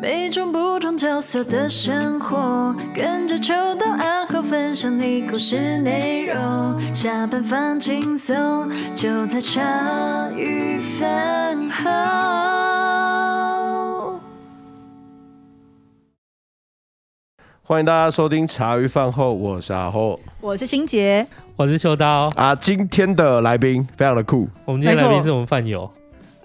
每种不同角色的生活，跟着秋到暗号分享你故事内容。下班放轻松，就在茶余饭后。欢迎大家收听茶余饭后，我是阿后我是欣杰，我是秋刀，啊。今天的来宾非常的酷，我们今天来没宾错是我们饭友。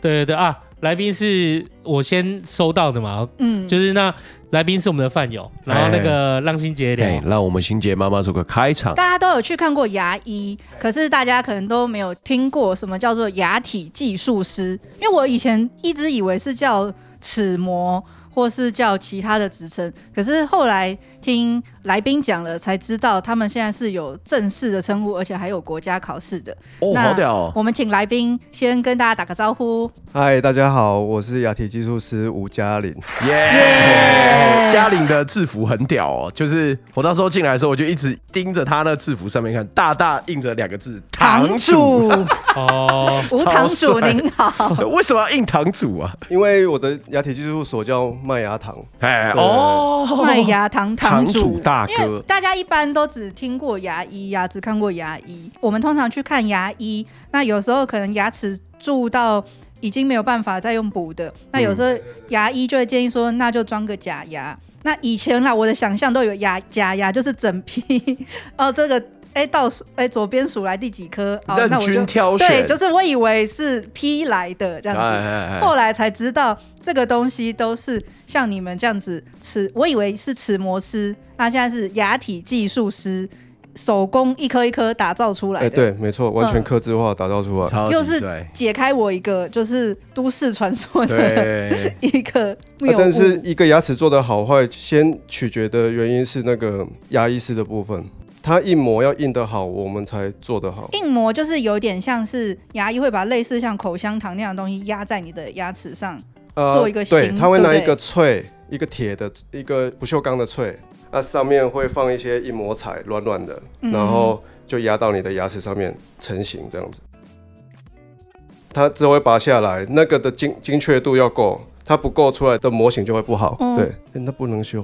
对对对啊，来宾是我先收到的嘛，嗯，就是那来宾是我们的饭友，然后那个浪心姐聊哎，让我们欣姐妈妈做个开场。大家都有去看过牙医，可是大家可能都没有听过什么叫做牙体技术师，因为我以前一直以为是叫齿模或是叫其他的职称，可是后来听来宾讲了才知道，他们现在是有正式的称呼，而且还有国家考试的。哦，那好屌哦！我们请来宾先跟大家打个招呼，嗨，大家好，我是牙体技术师吴嘉玲。耶！嘉玲的制服很屌哦，就是我那时候进来的时候，我就一直盯着她那制服上面看，大大印着两个字“堂主哦，吴 超堂主帅您好。”。为什么要印堂主啊？因为我的牙体技术所叫麦芽糖，哎，对哦，麦芽糖堂堂主大因为哥，大家一般都只听过牙医呀、只看过牙医。我们通常去看牙医，那有时候可能牙齿蛀到已经没有办法再用补的，那有时候牙医就会建议说，那就装个假牙。那以前啦，我的想象都有牙假牙，就是整批哦，这个哎倒数哎左边数来第几颗，哦，那任我就君挑对，选，就是我以为是批来的这样子。哦哎后来才知道这个东西都是像你们这样子齿，我以为是齿模师，那现在是牙体技术师，手工一颗一颗打造出来哎、的。对，没错，完全刻字化打造出来。超又级是帅，解开我一个就是都市传说的对， 一个啊谬误。但是一个牙齿做的好坏，先取决的原因是那个牙医师的部分，他印模要印得好，我们才做得好。硬膜就是有点像是牙医会把类似像口香糖那样的东西压在你的牙齿上，呃做一个对，形他会拿对一不对个錘，一个铁的，一个不锈钢的錘，那上面会放一些硬模材，软软的，嗯然后就压到你的牙齿上面成型这样子。它之后会拔下来，那个的精精确度要够，它不够出来的模型就会不好。嗯对、欸那不能修，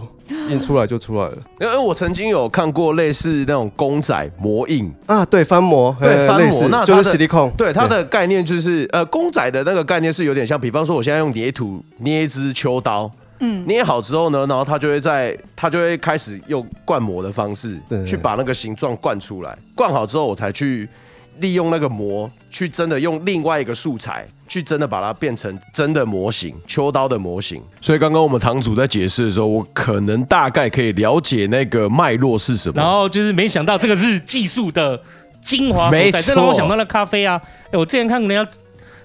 印出来就出来 了 因为我曾经有看过类似那种公仔模印，啊。对，翻模，对呃翻模类似那它就的是 silicone，对，它的概念就是，呃，公仔的那个概念是有点像，比方说我现在用泥土捏一支秋刀，嗯，捏好之后呢，然后它就会在，它就会开始用灌模的方式对去把那个形状灌出来，灌好之后我才去利用那个模去真的用另外一个素材去真的把它变成真的模型，秋刀的模型。所以刚刚我们堂主在解释的时候，我可能大概可以了解那个脉络是什然么。后就是没想到这个是技术的精华没错所在，这让我想到了咖啡啊。哎，我之前看人家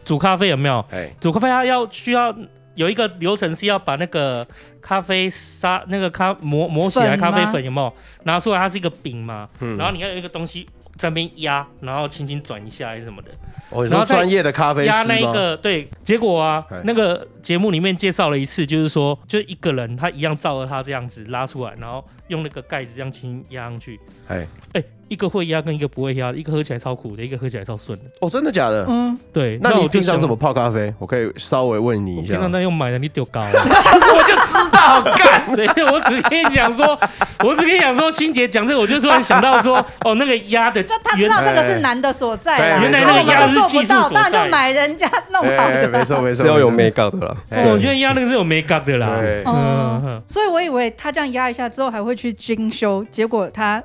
煮咖啡有没有？哎，煮咖啡它要需要有一个流程是要把那个咖啡沙那个咖磨磨起来粉吗咖啡粉有没有拿出来？它是一个饼嘛，嗯然后你要有一个东西在那边压，然后轻轻转一下还是什么的。哦，你然说后再专业的咖啡压那师一吗？个对，结果啊哎，那个节目里面介绍了一次，就是说，就一个人他一样照着他这样子拉出来，然后用那个盖子这样轻轻压上去，哎，哎、一个会压跟一个不会压，一个喝起来超苦的，一个喝起来超顺的。哦，真的假的？嗯，对，那你我就平常想怎么？啊泡咖啡？我可以稍微问你我一平下。常在用买的，你丢高、啊，我就知道，干所以我只跟你讲说，我只跟你讲说，欣姐讲这个，我就突然想到说，哦，那个压的就他知原道这个是难的所在啊啦，对原来那那我个们牙就是做不技术到，所当然就在买人家弄好哎，的啊。没错没错，是要有没 make up 的啦。错。哎哦我觉得压那个是有美感的啦。对哦嗯，嗯所以我以为他这样压一下之后还会去精修，结果他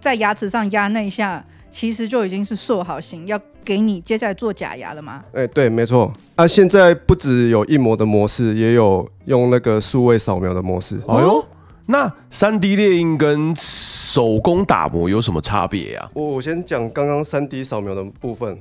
在牙齿上压那一下，其实就已经是塑好型，要给你接下来做假牙了吗？哎、对，没错。啊，现在不只有印模的模式，也有用那个数位扫描的模式。哦哎呦，那三 D 猎印跟手工打磨有什么差别啊呀？我我先讲刚刚三 D 扫描的部分，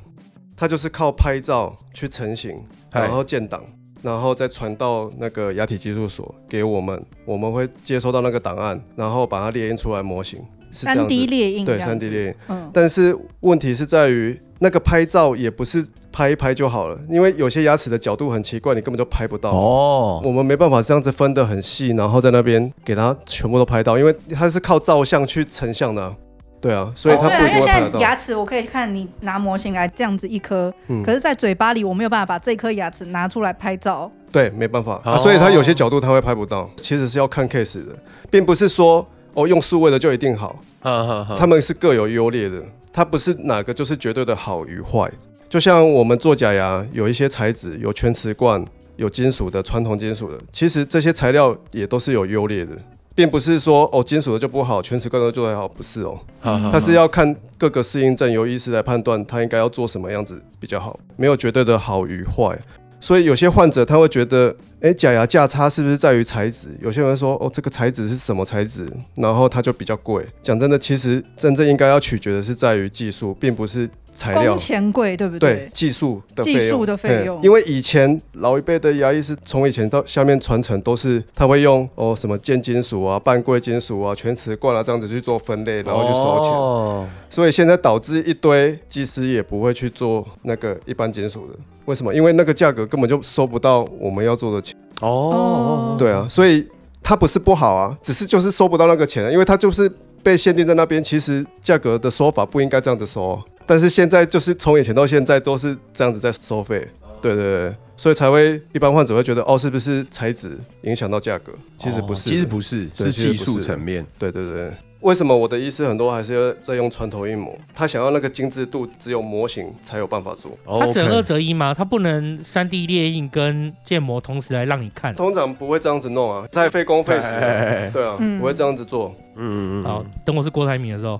它就是靠拍照去成型，嗨然后建档，然后再传到那个牙体技术所给我们，我们会接收到那个档案，然后把它列印出来模型，是这样三子 D 列印，对三 D，列印。嗯，但是问题是在于那个拍照也不是拍一拍就好了，因为有些牙齿的角度很奇怪，你根本就拍不到。哦，我们没办法这样子分得很细，然后在那边给它全部都拍到，因为它是靠照相去成像的啊、对啊，所以它对啊，因不一为定会现看得在到。牙齿我可以看你拿模型啊来这样子一颗，嗯可是，在嘴巴里我没有办法把这颗牙齿拿出来拍照。对，没办法、哦啊，所以它有些角度它会拍不到，其实是要看 case 的，并不是说哦用数位的就一定好，哈哈哈他们是各有优劣的，它不是哪个就是绝对的好与坏。就像我们做假牙，有一些材质，有全瓷冠，有金属的、传统金属的，其实这些材料也都是有优劣的，并不是说哦金属的就不好，全瓷冠的就还好，不是哦，哈哈它是要看各个适应症，由医师来判断他应该要做什么样子比较好，没有绝对的好与坏。所以有些患者他会觉得，诶，假牙价差是不是在于材质？有些人会说，哦，这个材质是什么材质，然后它就比较贵。讲真的，其实真正应该要取决的是在于技术，并不是材料工。钱贵，对不对？技术的费用，技术的费用嗯因为以前老一辈的牙医是从以前到下面传承都是他会用哦什么贱金属啊、半贵金属啊、全瓷冠啊这样子去做分类，然后去收钱。哦所以现在导致一堆技师也不会去做那个一般金属的，为什么？因为那个价格根本就收不到我们要做的钱。哦哦，对啊，所以它不是不好啊，只是就是收不到那个钱，因为它就是被限定在那边。其实价格的收法不应该这样子收，但是现在就是从以前到现在都是这样子在收费。对对对，所以才会一般患者会觉得哦，是不是材质影响到价格？其实不是的，哦其实不是，对是其技实不是术层面。对对对，为什么我的医师很多还是要在用穿透硬膜？他想要那个精致度，只有模型才有办法做。它只能二哦 OK 择一吗？它不能三 D 列印跟建模同时来让你看。通常不会这样子弄啊，太费工费 时哎哎了。哎对啊，嗯不会这样子做。嗯嗯嗯，好，等我是郭台铭的时候，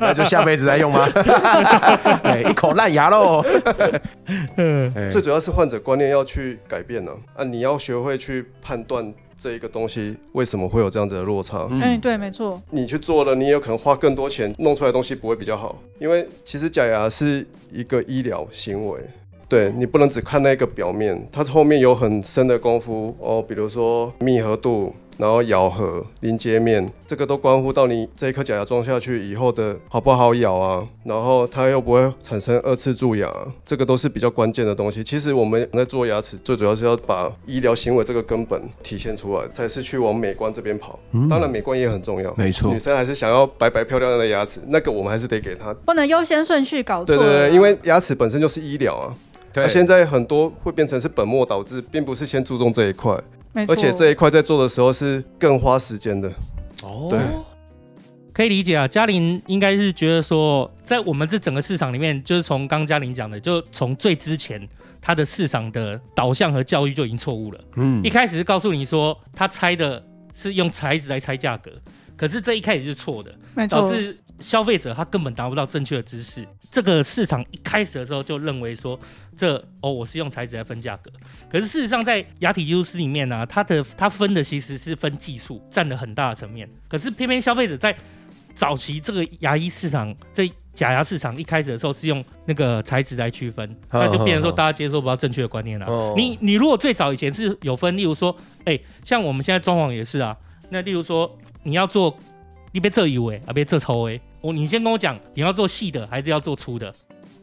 那就下辈子再用 吗？ 哎，一口烂牙喽！嗯，哎最主要是患者观念要去改变呢、啊。你要学会去判断这一个东西为什么会有这样子的落差。嗯哎，对，没错，你去做了，你也有可能花更多钱，弄出来的东西不会比较好。因为其实假牙是一个医疗行为，对你不能只看那个表面，它后面有很深的功夫哦，比如说密合度。然后咬合、临接面，这个都关乎到你这一颗假牙装下去以后的好不好咬啊，然后它又不会产生二次蛀牙、这个都是比较关键的东西。其实我们在做牙齿，最主要是要把医疗行为这个根本体现出来，才是去往美观这边跑。当然，美观也很重要，没错哦女生还是想要白白漂亮亮的牙齿，那个我们还是得给她。不能优先顺序搞错啊对了。对对，因为牙齿本身就是医疗啊，那对，现在很多会变成是本末倒置，并不是先注重这一块，没错而且这一块在做的时候是更花时间的。哦对可以理解啊。嘉玲应该是觉得说，在我们这整个市场里面，就是从刚嘉玲讲的，就从最之前它的市场的导向和教育就已经错误了。嗯一开始是告诉你说，他猜的是用材质来猜价格，可是这一开始是错的。没导错，致消费者他根本达不到正确的知识。这哦个市场一开始的时候就认为说，这哦我是用材质来分价格，可是事实上在牙体技术师里面呢、啊，它的它分的其实是分技术，占了很大的层面。可是偏偏消费者在早期这个牙医市场，这假牙市场一开始的时候是用那个材质来区分，呵那就变呵成说呵大家接受不到正确的观念了、哦你你如果最早以前是有分，例如说，哎、像我们现在装潢也是啊，那例如说你要做，你别这一位啊，别这抽哎，我你先跟我讲，你要做细的还是要做粗的？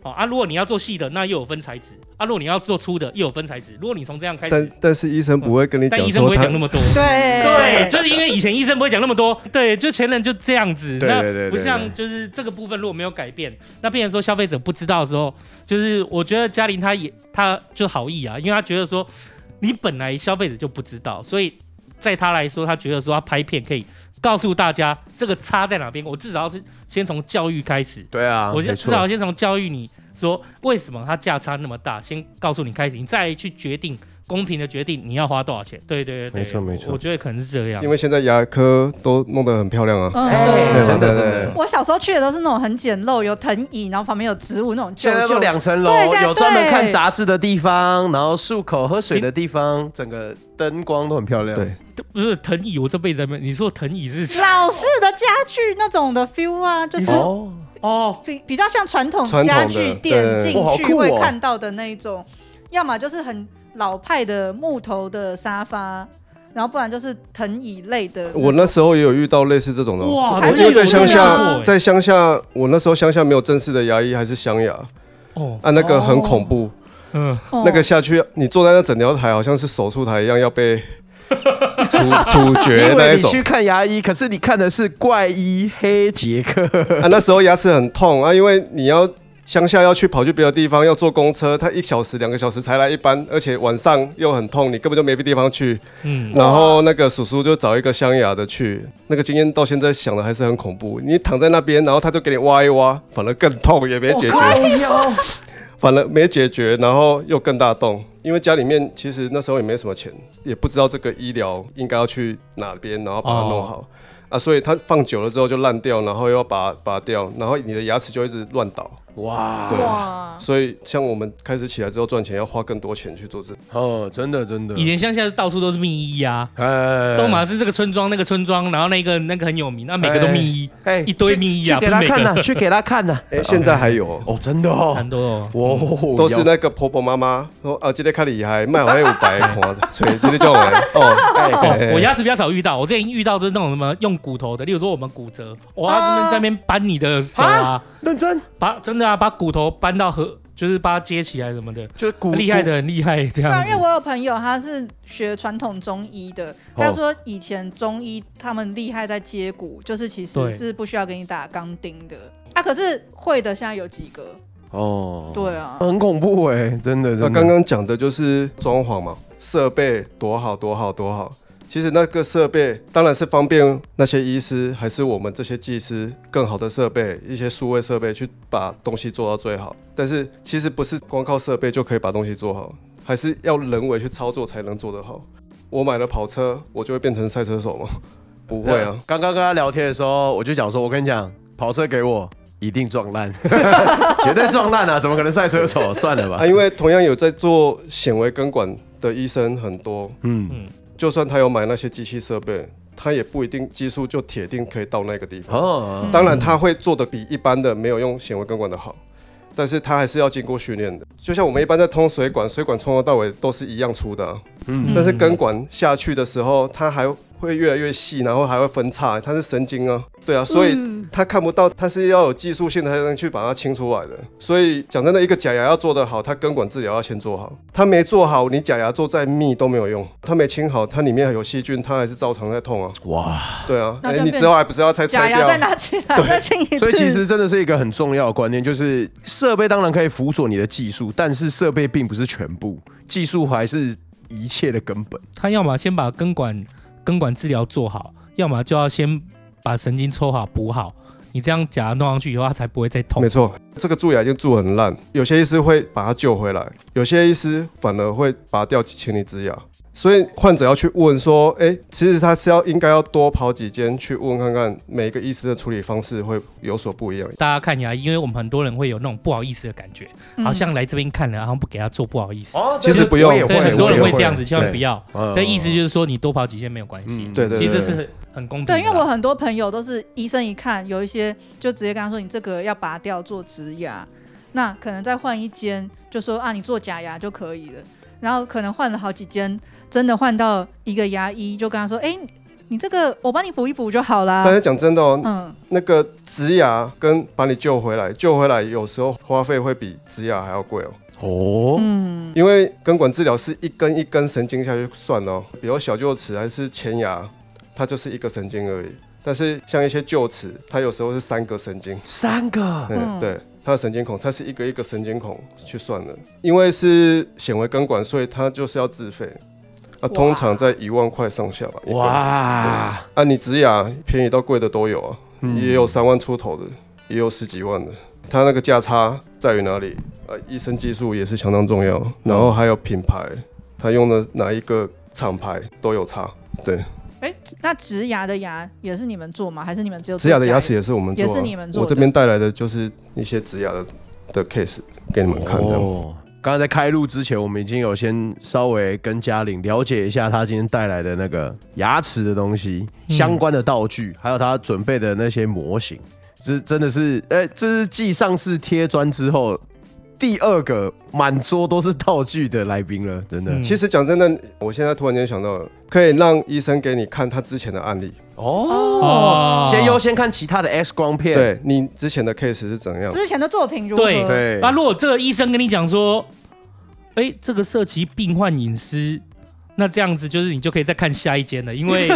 哦啊，如果你要做细的，那又有分材质啊；如果你要做粗的，又有分材质。如果你从这样开但始，但是医生不会跟你但讲医生不说会他讲那么多。对对，就是因为以前医生不会讲那么 多，对，就前人就这样子，对那对对对不像就是这个部分如果没有改变，那变成说消费者不知道的时候，就是我觉得嘉玲她也她就好意啊，因为她觉得说你本来消费者就不知道，所以在她来说，她觉得说她拍片可以告诉大家这个差在哪边，我至少要是先从教育开始，对啊，我没先至错少先从教育你说为什么它价差那么大，先告诉你开始，你再去决定公平的决定你要花多少钱。对对对对，没错没错我觉得可能是这样因。为现在牙科都弄得很漂亮啊。嗯，哎对对。对真的对真对的，我小时候去的都是那种很简陋，有藤椅，然后旁边有植物那种旧现在旧都两层楼对现，在有专门看杂志的地方，然后漱口喝水的地方，整个灯光都很漂亮。对不是藤椅，我这辈子没你说藤椅是老式的家具那种的 feel 啊，就是哦，哦，比比较像传统传统家的具店对进哇好去酷会哦看到的那一种，要么就是很老派的木头的沙发，然后不然就是藤椅类的种。我那时候也有遇到类似这种的，哇，还因没有为在乡这啊样下，在乡下，我那时候乡下没有正式的牙医，还是镶牙哦，啊，那个很恐怖，嗯，哦那个下去，你坐在那诊疗台，好像是手术台一样，要被 主主角 因那为一你种去看牙医，可是你看的是怪医黑杰克，啊。那时候牙齿很痛啊，因为你要乡下要去跑去别的地方，要坐公车，他一小时两个小时才来一班，而且晚上又很痛，你根本就没地方去。嗯，然后那个叔叔就找一个镶牙的去，那个经验到现在想的还是很恐怖。你躺在那边，然后他就给你挖一挖，反而更痛，也没解决。哟，反而没解决，然后又更大动，因为家里面其实那时候也没什么钱，也不知道这个医疗应该要去哪边，然后把它弄好、啊，所以它放久了之后就烂掉，然后又要把它拔掉，然后你的牙齿就一直乱倒。哇，对哇，所以像我们开始起来之后赚钱，要花更多钱去做这， 哦，真的真的，以前乡下到处都是密医啊，哎，都马是这个村庄那个村庄，然后那个那个很有名，那每个都密医，哎一堆蜜去呀去给他不是每看个呐，去给他看呐，哎、现在还有。哦，真的哦 很，多哦。哇，都是那个婆婆妈妈说啊，今天看厉害，卖完有白 看，所以今天叫我来哦， 哎哦哎，哎我牙齿比较少遇到，我之前遇到就是那种什么用骨头的，例如说我们骨折，哇，他啊们在那边搬你的手啊，认真把真的啊，把骨头搬到和就是把它接起来什么的，就是骨厉害，的很厉害这对啊样，因为子。我有朋友他是学传统中医的，他说以前中医他们厉害在接骨，就是其对实是不需要给你打钢钉的啊。可是会的现在有几个？哦，对啊，很恐怖哎，真的，真的那刚刚讲的就是装潢嘛，设备多好多好多好。其实那个设备当然是方便那些医师，还是我们这些技师更好的设备，一些数位设备去把东西做到最好。但是其实不是光靠设备就可以把东西做好，还是要人为去操作才能做得好。我买了跑车，我就会变成赛车手吗？ 不会啊，刚刚跟他聊天的时候，我就讲说，我跟你讲，跑车给我一定撞烂，绝对撞烂啊！怎么可能赛车手？算了吧啊，。因为同样有在做显微根管的医生很多，嗯，嗯，就算他有买那些机器设备，他也不一定技术就铁定可以到那个地方。哦，当然，他会做的比一般的没有用显微根管的好，但是他还是要经过训练的。就像我们一般在通水管，水管从头到尾都是一样粗的啊、嗯但是根管下去的时候，它还会越来越细，然后还会分叉，它是神经啊，对啊，所以嗯它看不到，它是要有技术性才能去把它清出来的。所以讲真的，一个假牙要做得好，它根管治疗要先做好，它没做好，你假牙做再密都没有用，它没清好，它里面有细菌，它还是照常在痛啊，哇，对啊，那哎、就你变之后还不是要拆假拆牙掉再？拿起来再清一次。所以其实真的是一个很重要的观念，就是设备当然可以辅佐你的技术，但是设备并不是全部，技术还是一切的根本。他要么先把根管根管治疗做好，要么就要先把神经抽好补好，你这样假牙弄上去以后，它才不会再痛没。错，这个蛀牙已经蛀很烂，有些医师会把它救回来，有些医师反而会拔掉几千里之牙。所以患者要去问说，哎、其实他是要应该要多跑几间去问看看，每个医师的处理方式会有所不一样。大家看牙医，因为我们很多人会有那种不好意思的感觉，嗯好像来这边看了，然后不给他做不好意思。哦其实不用我对，也很多人我会也这样子，会千万不对要。嗯但意思就是说，你多跑几天没有关系嗯。对对其实对这对，是很嗯公平的啦。对，因为我很多朋友都是医生一看有一些就直接跟他说你这个要拔掉做植牙，那可能再换一间就说啊你做假牙就可以了，然后可能换了好几间，真的换到一个牙医就跟他说，哎、你这个我帮你补一补就好啦大。家讲真的哦，嗯，那个植牙跟把你救回来，救回来有时候花费会比植牙还要贵哦。哦，因为根管治疗是一根一根神经下去算哦，比如小臼齿还是前牙，它就是一个神经而已。但是像一些臼齿，它有时候是三个神经，三个嗯，对，它的神经孔，它是一个一个神经孔去算的。因为是显微根管，所以它就是要自费。啊，通常在一万块上下吧。一根！哇，啊，你植牙便宜到贵的都有啊，也有三万出头的，也有十几万的。它那个价差在于哪里？呃，医生技术也是相当重要，然后还有品牌，它用的哪一个厂牌都有差。对，哎、那植牙的牙也是你们做吗？还是你们只有植牙的牙齿？也是我们做、啊，也是你们做的我这边带来的就是一些植牙的的 case 给你们看，这样。哦，刚才在开录之前，我们已经有先稍微跟嘉玲了解一下她今天带来的那个牙齿的东西、嗯相关的道具，还有她准备的那些模型，这真的是，哎、这是继上次贴砖之后第二个满桌都是道具的来宾了，真的。嗯其实讲真的，我现在突然间想到了，可以让医生给你看他之前的案例，哦，哦先优先看其他的 X 光片，对你之前的 case 是怎样？之前的作品如何？对对那如果这个医生跟你讲说，哎，这个涉及病患隐私，那这样子就是你就可以再看下一间了，因 为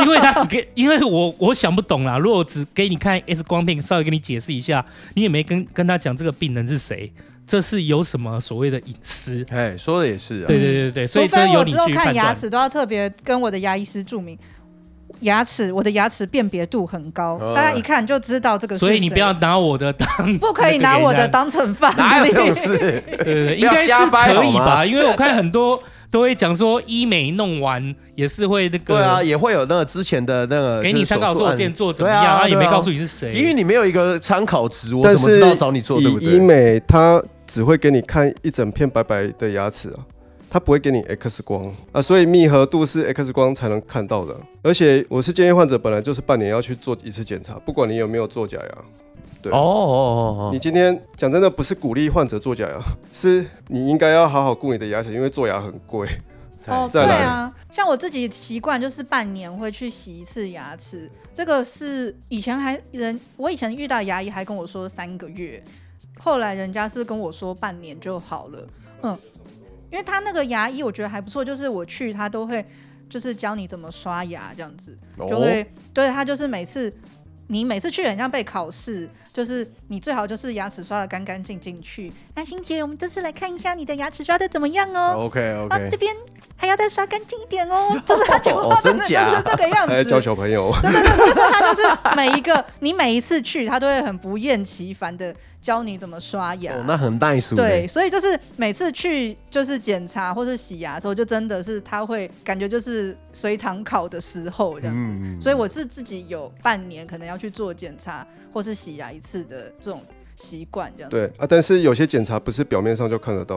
因为他只给，因为我我想不懂啦。如果只给你看 X 光片，稍微跟你解释一下，你也没跟跟他讲这个病人是谁，这是有什么所谓的隐私？哎，说的也是啊。对对对对，所以除非这由我你之后去看判牙断。齿都要特别跟我的牙医师注明，牙齿我的牙齿辨别度很高，哦大家一看就知道这个是谁。所以你不要拿我的当，不可以拿我的 当成饭，哪有这种 事？对对 对，不应要该是瞎掰可以好吗 吧？因为我看很多都会讲说医美弄完也是会那个对啊，也会有那个之前的那个给你呃就是手参考术说我案之前做怎么对样，啊然后也没对啊告诉你是谁。因为你没有一个参考值，我但怎么知是道找你做对不以医对？美，它只会给你看一整片白白的牙齿啊，它不会给你 X 光啊，所以密合度是 X 光才能看到的。而且我是建议患者本来就是半年要去做一次检查，不管你有没有做假牙。对哦哦哦你今天讲真的不是鼓励患者做假牙， 是你应该要好好顾你的牙齿，因为做牙很贵。哦，，哦对再来啊，像我自己习惯就是半年会去洗一次牙齿，这个是以前还人，我以前遇到牙医还跟我说三个月，后来人家是跟我说半年就好了，嗯，因为他那个牙医我觉得还不错，就是我去他都会就是教你怎么刷牙这样子，哦哦就会、对他就是每次。你每次去很像被考试，就是你最好就是牙齿刷的干干净净去。那欣姐，我们这次来看一下你的牙齿刷的怎么样哦。 ，OK 啊， OK，这边还要再刷干净一点哦。就是他讲话真的就真假是这个样还在哎教子，小朋友，对对对，就是他就是每一个你每一次去，他都会很不厌其烦的教你怎么刷牙。哦，那很 nice 对，嘞。所以就是每次去就是检查或是洗牙的时候，就真的是他会感觉就是随堂考的时候这样子。嗯所以我是自己有半年可能要去做检查或是洗牙一次的这种习惯这样子。对啊，但是有些检查不是表面上就看得到，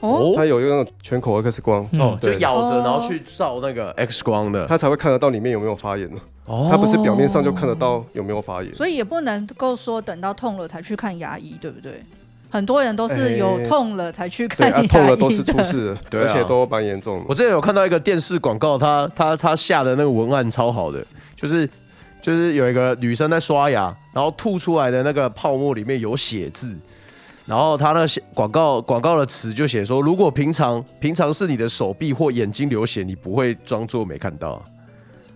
哦，它哦有一个那种全口 X 光，哦，就对咬着哦然后去照那个 X 光的，它才会看得到里面有没有发炎呢。哦它不是表面上就看得到有没有发炎。所以也不能够说等到痛了才去看牙医，对不对？很多人都是有哎痛了才去对看牙啊医、，痛了都是 出。事的， 对啊而且都蛮严重我的。之前有看到一个电视广告，他他他下的那个文案超好的，就是就是有一个女生在刷牙，然后吐出来的那个泡沫里面有血渍，然后他那个写广告广告的词就写说，如果平常平常是你的手臂或眼睛流血，你不会装作没看到，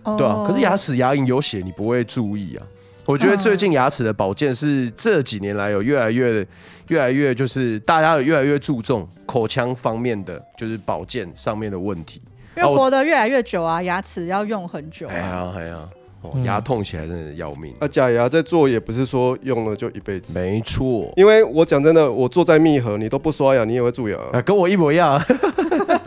哦对啊，可是牙齿牙龈有血，你不会注意啊。我觉得最近牙齿的保健是这几年来有越来越、越来越，就是大家有越来越注重口腔方面的，就是保健上面的问题。因为活得越来越久啊，牙齿要用很久哎啊。呀哎呀，哦，嗯牙痛起来真的要命。啊，假牙在做也不是说用了就一辈子，没错，因为我讲真的，我坐在密合，你都不刷牙，你也会蛀牙。啊，跟我一模一样啊，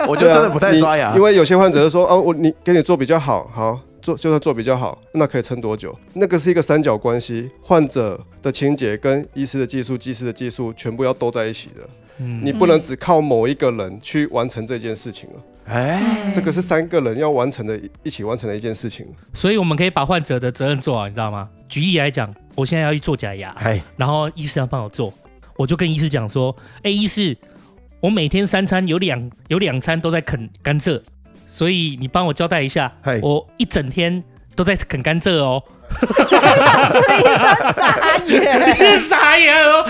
我 我就真的不太刷牙。因为有些患者就说啊，我你给你做比较好，好做就算做比较好，那可以撑多久？那个是一个三角关系，患者的情节跟医师的技术、技师的技术全部要都在一起的，嗯你不能只靠某一个人去完成这件事情了。哎，这个是三个人要完成的，一起完成的一件事情。所以我们可以把患者的责任做好，啊你知道吗？举例来讲，我现在要去做假牙，哎，然后医师要帮我做，我就跟医师讲说：“哎，医师，我每天三餐有两有两餐都在啃甘蔗，所以你帮我交代一下嗨，我一整天都在啃甘蔗 哦。医生傻”眼，你傻眼哦！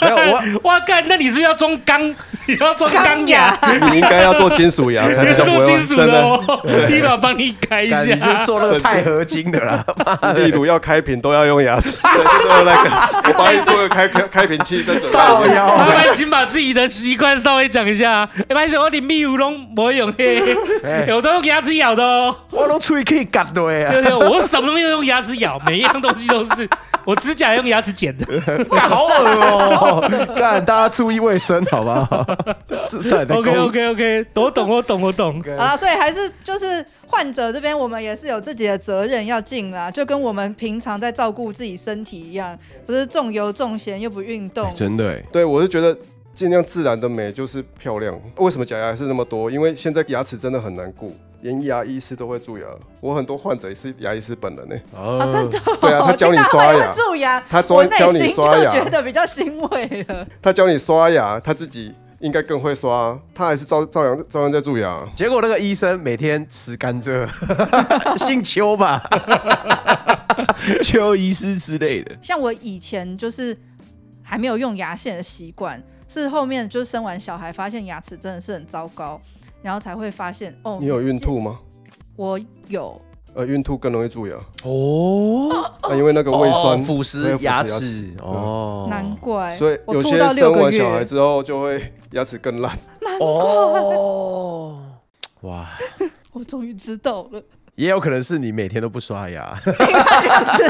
没有我，哇干，那你是不是要装钢， 你要装钢钢牙牙，你应该要做金属牙才 比较不做会金弯属真的的。哦，立马帮 你改一干 你就下。做那个钛合金的 啦。例如要开瓶都要用牙 齿，对，就是用那个，我帮你做个开开开瓶器在嘴巴里面。麻烦请把自己的习惯稍微讲一下。哎，不好意思，我连蜜乳龙没用嘿，哎我都用牙齿咬的哦。 我都出去可以干的呀，对对，我什么东西都用牙齿咬，每一样东西都 是。我指甲用牙齿剪的。干好恶哦！干，大家注意卫生，好不 好？这到底在 OK 公 OK OK，我懂我懂我懂。好了，所以还是就是患者这边，我们也是有自己的责任要尽啦，就跟我们平常在照顾自己身体一样，不是重油重咸又不运动哎，真的哎，对，我是觉得尽量自然的美就是漂亮。为什么假牙还是那么多？因为现在牙齿真的很难顾，连牙医师都会蛀牙。我很多患者也是牙医师本 人呢、哦，真的、哦。对啊他教你刷牙听到会蛀牙，他教我内教你心刷就牙觉得比较欣慰了。他教你刷牙，他自己应该更会刷啊，他还是照照样照样在蛀牙。结果那个医生每天吃甘 蔗，姓邱 吧，邱医师之类的。像我以前就是还没有用牙线的习惯，是后面就是生完小孩发现牙齿真的是很糟糕，然后才会发现哦，你有孕吐吗？我有，呃，孕吐更容易蛀牙，哦，啊，因为那个胃酸腐会蚀腐蚀牙牙齿齿，哦，难怪，所以我有吐些到六生个完小月孩，之后就会牙齿更烂。哦，哇，我终于知道了，也有可能是你每天都不刷牙。这样子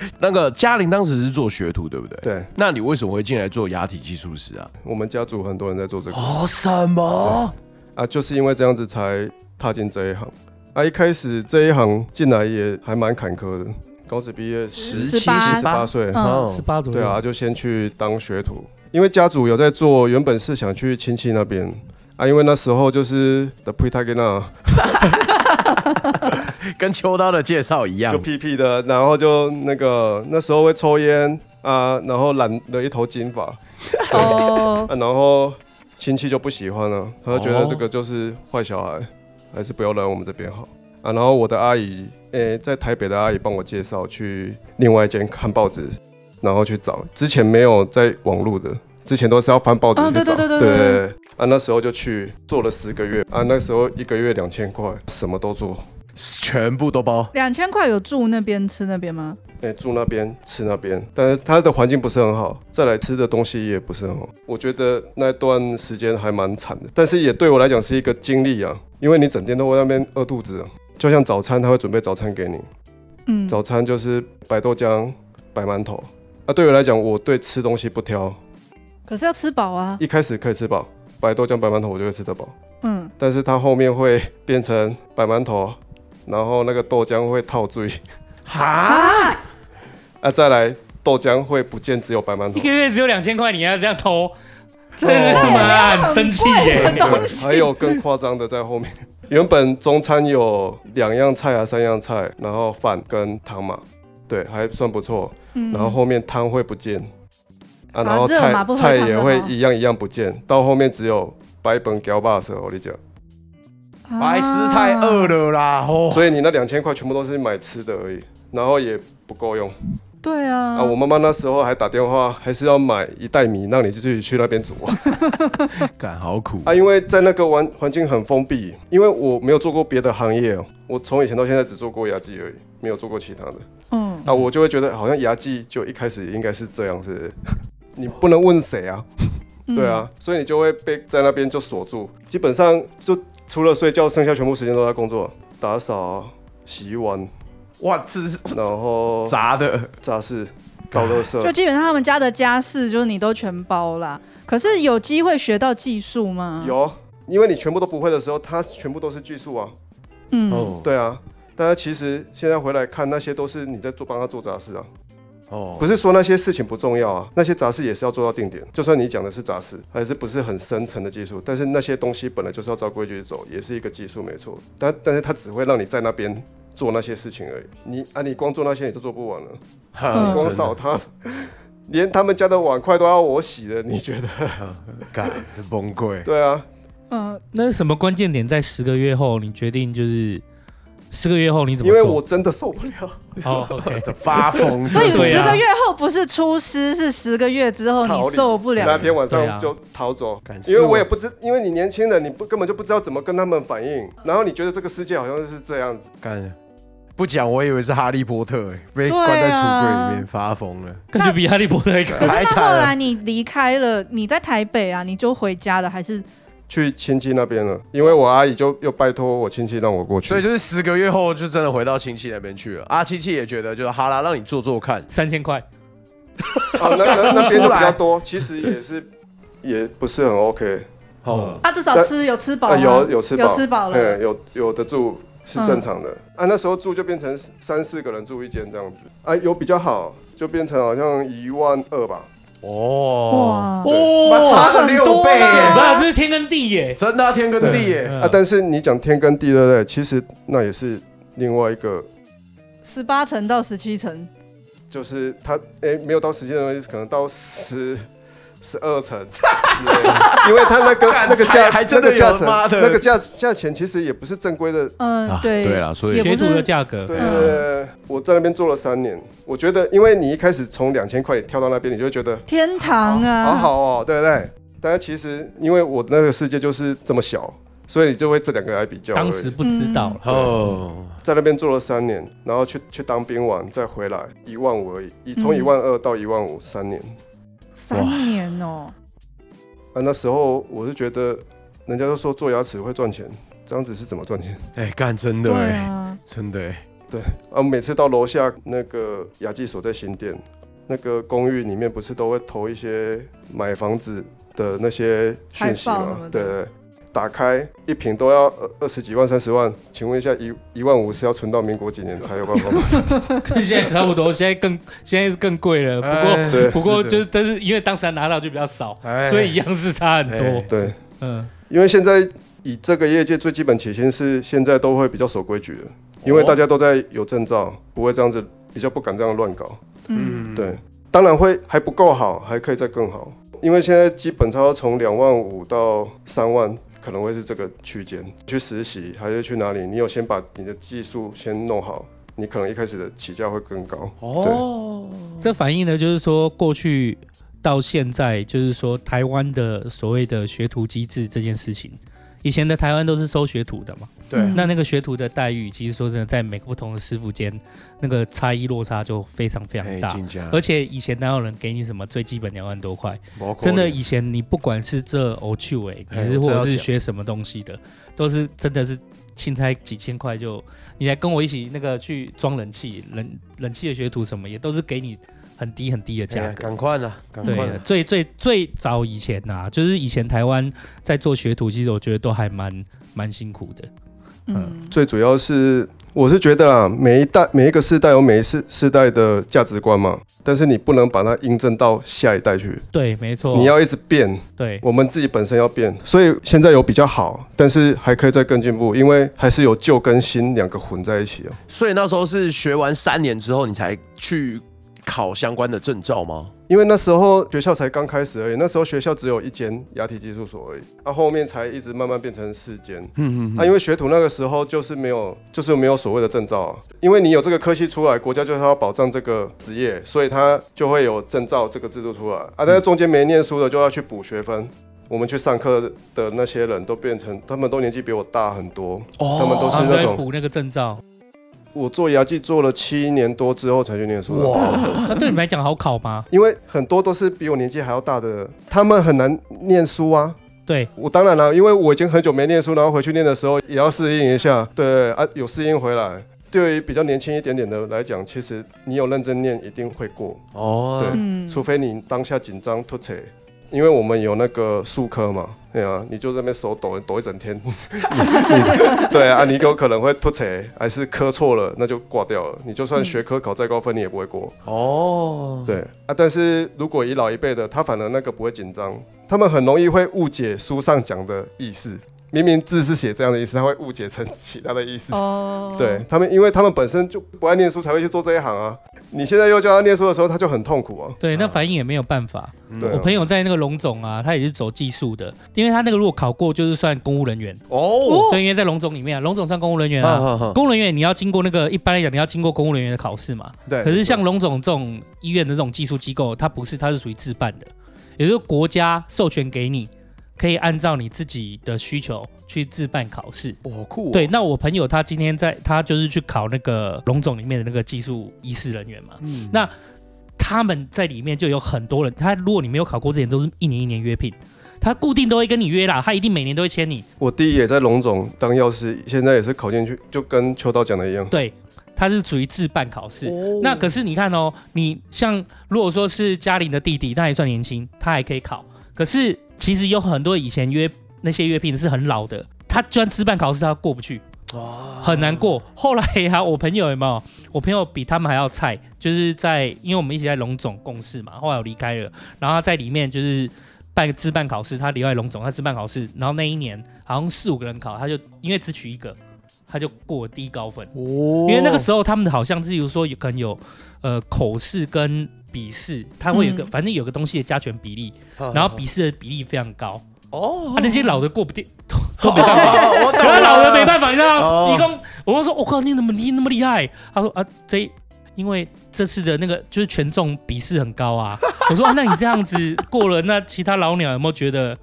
那个嘉玲当时是做学徒，对不对？。对那你为什么会进来做牙体技术师啊？我们家族很多人在做这个哦，什么？啊，就是因为这样子才踏进这一行。啊，一开始这一行进来也还蛮坎坷的，高职毕业十17十八十八岁，嗯十哦，八左右。对啊，，就先去当学徒，因为家族有在做，原本是想去亲戚那边啊，因为那时候就是的 p r e t a g n a 跟秋刀的介绍一样就，屁屁的，然后就那个那时候会抽烟啊，然后染了一头金发，啊，哦，然后亲戚就不喜欢了，他就觉得哦这个就是坏小孩，还是不要来我们这边好啊。然后我的阿姨，诶、在台北的阿姨帮我介绍去另外一间看报纸，然后去找之前没有在网络的，之前都是要翻报纸哦去找，对对对对对对啊，那时候就去做了十个月啊，那时候一个月两千块，什么都做。全部都包。两千块有住那边吃那边吗？哎、住那边吃那边，但是他的环境不是很好，再来吃的东西也不是很好。我觉得那段时间还蛮惨的，但是也对我来讲是一个经历啊，因为你整天都会在那边饿肚子、啊，就像早餐他会准备早餐给你，嗯，早餐就是白豆浆、白馒头。啊，对我来讲，我对吃东西不挑，可是要吃饱啊，一开始可以吃饱，白豆浆、白馒头我就会吃得饱，嗯，但是它后面会变成白馒头，然后那个豆浆会套醉，哈， 啊，再来豆浆会不见只有白馒头一个，月只有两千块，你要这样偷，真的是他妈很生气哦很耶！贵的东西还有更夸张的在后面。原本中餐有两样菜啊，三样菜，然后饭跟汤嘛，对，还算不错。嗯然后后面汤会不见啊啊，然后热菜嘛不喝菜汤也的会哈一样一样不见，到后面只有白本搅把蛇，我跟你讲。啊白痴太饿了，了啦！哦，所以你那两千块全部都是买吃的而已，然后也不够用对啊，啊。我妈妈那时候还打电话，还是要买一袋米，让你自己去那边煮 啊。感好苦啊，因为在那个环环境很封闭，因为我没有做过别的行业哦，我从以前到现在只做过牙技而已，没有做过其他的。嗯，啊，我就会觉得好像牙技就一开始应该是这样，是不是你不能问谁啊，嗯对，啊，所以你就会被在那边就锁住，基本上就除了睡觉，剩下全部时间都在工作，打扫、洗碗，哇，这是哦 然后砸的，杂事、倒垃圾 就。基本上他们家的家事就是你都全包啦。可是有机会学到技术吗？，有，因为你全部都不会的时候，它全部都是技术啊。嗯，哦，对啊，但是其实现在回来看，那些都是你在做帮他做杂事啊，哦，不是说那些事情不重要啊，那些杂事也是要做到定点。就算你讲的是杂事，还是不是很深层的技术，但是那些东西本来就是要照规矩走，也是一个技术没错。但但是它只会让你在那边。做那些事情而已，你啊，你光做那些你都做不完了，哈嗯光真的扫他， 连他们家的碗筷都要我洗了，你觉得？干真崩溃。对啊，嗯，那是什么关键点在十个月后？你决定就是十个月后你怎么因做？为我真的受不了，哦，OK， 发疯，所以对十啊个月后不是出师，是十个月之后逃你离受不那了。天晚对啊上就逃走，感谢因为我我也不知，因为你年轻人，你不根本就不知道怎么跟他们反应，然后你觉得这个世界好像是这样子，干不讲，我以为是哈利波特、欸，被对啊关在橱柜里面发疯了。感觉比哈利波特还可可爱。太是那惨后了来你离开了，你在台北啊，你就回家了，还是去亲戚那边了，因为我阿姨就又拜托我亲戚让我过去，所以就是十个月后，就真的回到亲戚那边去了。啊，亲戚也觉得就是好啦，让你做做看。三千块，啊那那那边出就来比较多，其实也是也不是很 OK，哦，啊，至少但吃有吃饱啊吗，有有吃饱，有吃饱了嗯嗯，。有有的住是正常的啊，那时候住就变成三四个人住一间这样子，啊有比较好，就变成好像一万二吧，哦，哇，对妈哇，差了差很六多倍、啦欸，那这是天跟地耶！真的啊、天跟地耶、嗯啊，但是你讲天跟地，对不对？其实那也是另外一个，十八层到十七层，就是他诶、没有到时间的东西，可能到十十二层之类的，因为他那 个干那个价才还真的那个价有妈的钱，那个价价钱其实也不是正规的。嗯啊，对，对啦所以也学不徒的是嗯价嗯格，对对对对，对我在那边做了三年，我觉得，因为你一开始从两千块你跳到那边，你就会觉得天堂啊，好好哦，对不对？但是其实因为我那个世界就是这么小，所以你就会这两个来比较而已。当时不知道了，哦，在那边做了三年，然后去去当兵完再回来，一万五而已，一从一万二到一万五，三年。三年哦、啊，那时候我是觉得，人家都说做牙齿会赚钱，这样子是怎么赚钱？哎，干真的对哎，啊，真的哎，对啊，每次到楼下那个牙技所在新店那个公寓里面，不是都会投一些买房子的那些讯息海报什吗么的？对对对。打开一瓶都要二二十几万、三十万，请问一下一一万五是要存到民国几年才有办法买？嗯跟 现在差不多，现在更现在是更贵了。不过对不过是的就是，但是因为当时他拿到就比较少，哎所以一样是差很多哎。 对，嗯，因为现在以这个业界最基本起薪是现在都会比较守规矩的，因为大家都在有证照，不会这样子，比较不敢这样乱搞。嗯，嗯，对，当然会还不够好，还可以再更好。因为现在基本差不多从两万五到三万，可能会是这个区间。去实习还是去哪里，你有先把你的技术先弄好，你可能一开始的起价会更高。哦，这反映的就是说，过去到现在，就是说台湾的所谓的学徒机制这件事情，以前的台湾都是收学徒的嘛。对，嗯哎那那个学徒的待遇，其实说真的，在每个不同的师傅间，那个差异落差就非常非常哎，大。金家，而且以前哪有人给你什么最基本两万多块？没可能真的，以前你不管是这偶趣味，哎你是我或知道者是讲学什么东西的，都是真的是钦差几千块就，你来跟我一起那个去装冷气，冷冷气的学徒什么也都是给你很低很低的哎价呀格。赶快啦，赶快对啊啦，，最最最早以前呐、就是以前台湾在做学徒，其实我觉得都还蛮蛮辛苦的。嗯，最主要是，我是觉得啦，每一代每一个世代有每一世世代的价值观嘛，但是你不能把它印证到下一代去，对，没错。哦你要一直变，对我们自己本身要变，所以现在有比较好，但是还可以再更进步，因为还是有旧跟新两个混在一起哦、所以那时候是学完三年之后，你才去考相关的证照吗？因为那时候学校才刚开始而已，那时候学校只有一间牙体技术所而已，啊，后面才一直慢慢变成四间。嗯啊，因为学徒那个时候就是没有，就是没有所谓的证照、啊，因为你有这个科系出来，国家就是要保障这个职业，所以他就会有证照这个制度出来啊。但是中间没念书的就要去补学分。我们去上课的那些人都变成，他们都年纪比我大很多，哦他们都他是们那在种啊补那个证照，我做牙技做了七年多之后才去念书的，哇，那啊对你们来讲好考吗？因为很多都是比我年纪还要大的，他们很难念书啊。对，我当然了、因为我已经很久没念书，然后回去念的时候也要适应一下。对啊，有适应回来。对于比较年轻一点点的来讲，其实你有认真念一定会过，哦，对嗯除非你当下紧张吐血。因为我们有那个术科嘛，对啊，你就在那边手抖抖一整天， 你你对啊，你有可能会吐血，还是科错了，那就挂掉了。你就算学科考再高分，你也不会过。嗯哦，对啊，但是如果以老一辈的，他反而那个不会紧张，他们很容易会误解书上讲的意思。明明字是写这样的意思，他会误解成其他的意思。哦，对，他们，因为他们本身就不爱念书，才会去做这一行啊。你现在又叫他念书的时候，他就很痛苦啊。对，那啊反应也没有办法。嗯对我啊，朋友在那个龙总啊，他也是走技术的，因为他那个如果考过，就是算公务人员。哦，对，因为在龙总里面啊，龙总算公务人员哈啊。嗯哈哈公务人员你要经过那个，一般来讲你要经过公务人员的考试嘛。对。可是像龙总这种医院的这种技术机构，它不是，它是属于自办的，也就是国家授权给你，可以按照你自己的需求去自办考试。哇好酷哦，对，那我朋友他今天在，他就是去考那个龙总里面的那个技术医师人员嘛。嗯，那他们在里面就有很多人，他如果你没有考过之前，都是一年一年约聘，他固定都会跟你约啦，他一定每年都会签你。我弟也在龙总当药师，现在也是考进去，就跟秋刀讲的一样。对，他是属于自办考试。那可是你看哦，你像如果说是嘉玲的弟弟，那还算年轻，他还可以考。可是其实有很多以前约那些约聘是很老的，他居然自办考试他过不去，很难过。后来呀、我朋友有没有？我朋友比他们还要菜，就是在因为我们一起在龙总共事嘛，后来我离开了，然后他在里面就是办自办考试，他离开龙总，他自办考试，然后那一年好像四五个人考，他就因为只取一个，他就过了第一高分。哦因为那个时候他们好像是，比如说有可能有呃口试跟笔试，它会有个、嗯反正有个东西的加权比例，候然后笔试的比例非常高，哦啊，那些老的过不掉， 都没办法， 我懂可了是老的没办法，你知哦道，一共我就说，我靠，你怎么你那么厉害？他说啊，这因为这次的那个就是权重笔试 很高啊，我说啊，那你这样子过了，那其他老鸟有没有觉得？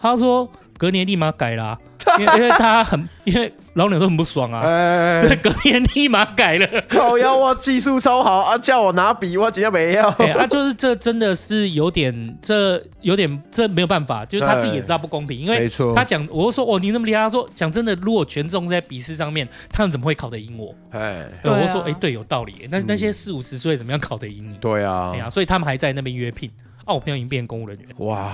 他说隔年立马改啦、因为因为大家很，因为老鸟都很不爽啊，哎 对，隔年立马改了。靠腰啊，技术超好啊，叫我拿笔，我直接没要。对啊，就是这真的是有点，这有点这没有办法，就是他自己也知道不公平，因没为错他讲，我就说哦，你那么厉害，他说讲真的，如果权重在笔试上面，他们怎么会考得赢我？哎，对对，啊我就说哎，对，有道理。那那些四五十岁怎么样考得赢你？嗯对啊哎哎，呀，所以他们还在那边约聘。啊，我朋友已经变公务人员，哇，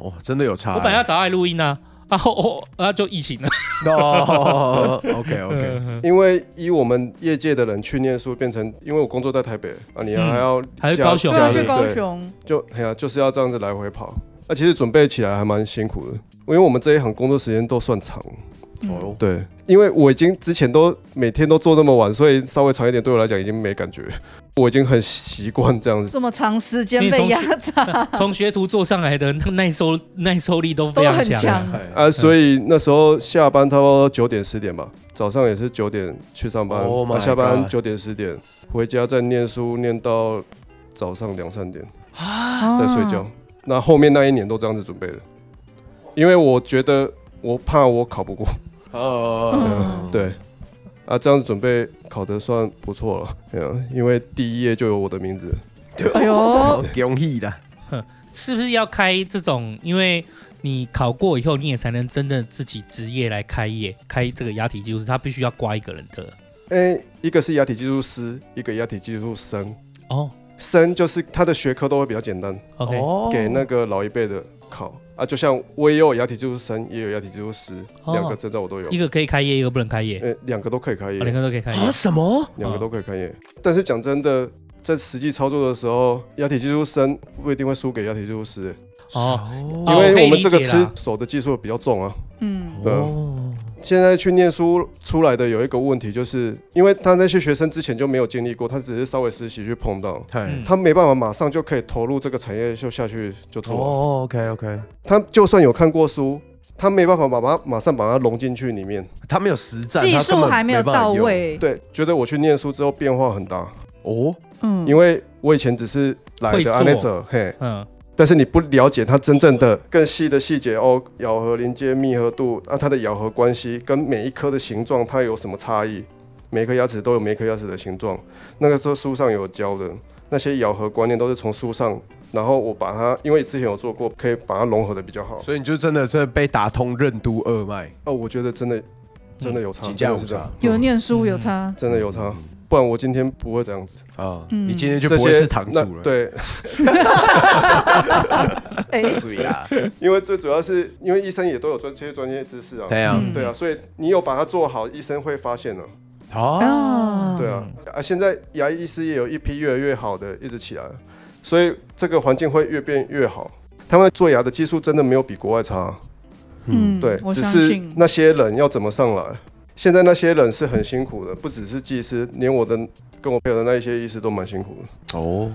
哦，真的有差欸。我本来要找他来录音呢，啊，后后啊就疫情 了。欸哦，OK OK，嗯因为以我们业界的人去念书，变成因为我工作在台北啊，你嗯还要还有加高雄对啊，加去入高对雄，就哎呀、就是要这样子来回跑。那、其实准备起来还蛮辛苦的，因为我们这一行工作时间都算长。嗯嗯哦，对，因为我已经之前都每天都做那么晚，所以稍微长一点对我来讲已经没感觉，我已经很习惯这样子。这么长时间因为被从压 榨，从学徒做上来的那耐受耐受力都非都常很强。强。哎啊，所以那时候下班差不多九点十点吧，早上也是九点去上班， Oh my 啊、下班 God 九点十点回家再念书，念到早上两三点再睡哦觉。 那后面那一年都这样子准备的，因为我觉得我怕我考不过，呃，对，啊，这样子准备考得算不错了，嗯，因为第一页就有我的名字，哎呦，哦，恭喜的，是不是要开这种？因为你考过以后，你也才能真正自己职业来开业，开这个牙体技术师，他必须要挂一个人的哎、一个是牙体技术师，一个牙体技术生，哦。生就是他的学科都会比较简单， OK，哦给那个老一辈的考啊，就像我也有牙体技术生，也有牙体技术师，哦两、个证照我都有一，个可以开业，一个不能开业，呃、两个都可以开业，哦两个都可以开业啊。什么？两个都可以开业。但是讲真的，在实际操作的时候，牙体技术生不一定会输给牙体技术师，哦因哦为可以我们这个理解吃啦手的技术比较重啊。嗯，对啊哦，现在去念书出来的有一个问题，就是因为他那些学生之前就没有经历过，他只是稍微实习去碰到，嘿嗯，他没办法马上就可以投入这个产业就下去就做。哦，OK OK，他就算有看过书，他没办法把它马上把它融进去里面。他没有实战，技他根术本还没有没办法到用，位，嗯对，觉得我去念书之后变化很大，哦，嗯，因为我以前只是来会的做安内者，嘿，嗯，但是你不了解它真正的更细的细节哦，咬合连接密合度啊，它的咬合关系跟每一颗的形状它有什么差异，每颗牙齿都有每颗牙齿的形状，那个都书上有教的，那些咬合观念都是从书上，然后我把它，因为之前有做过，可以把它融合的比较好。所以你就真的是被打通任督二脉，哦，我觉得真的真的有差，请真假的无是这样差，有念书嗯有差，真的有差，不然我今天不会这样子，啊，嗯你今天就这不会些是堂主那了，，对， 哎，所以啦，因为最主要是因为医生也都有专这些专业知识啊，对呀，嗯对啊，所以你有把它做好，医生会发现的、嗯哦，啊，对啊，啊，现在牙医师也有一批越来越好的一直起来，所以这个环境会越变越好。他们做牙的技术真的没有比国外差，啊嗯，嗯，对，我只相是信，那些人要怎么上来。现在那些人是很辛苦的，不只是技师，连我的跟我配合的那一些医师都蛮辛苦的。哦，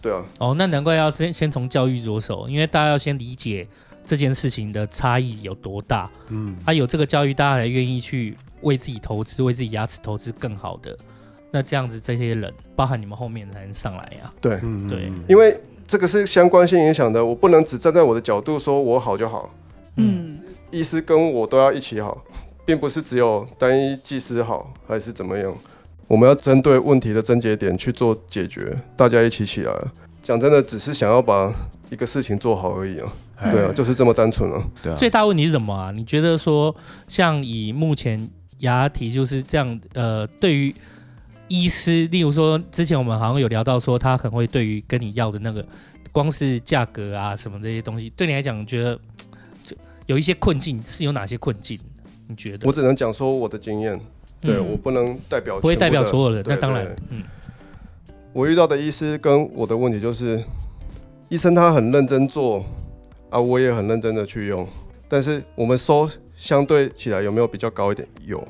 对啊，哦，那难怪要先先从教育着手，因为大家要先理解这件事情的差异有多大。嗯，他、有这个教育，大家才愿意去为自己投资，为自己牙齿投资更好的。那这样子，这些人，包含你们后面才能上来啊呀、对，嗯对嗯因为这个是相关性影响的，我不能只站在我的角度说我好就好，嗯，医师跟我都要一起好，并不是只有单一技师好还是怎么样。我们要针对问题的症结点去做解决，大家一起起来。讲真的，只是想要把一个事情做好而已啊。哎对啊，就是这么单纯啊。对啊，最大问题是什么啊？你觉得说，像以目前牙体就是这样，呃，对于医师，例如说之前我们好像有聊到说，他很会对于跟你要的那个，光是价格啊什么这些东西，对你来讲，你觉得嘖就有一些困境，是有哪些困境？你觉得？我只能讲说我的经验，对、嗯我不能代表不会代表所有人，对那当对然，嗯，我遇到的医师跟我的问题就是，医生他很认真做啊，我也很认真的去用，但是我们收相对起来有没有比较高一点？有，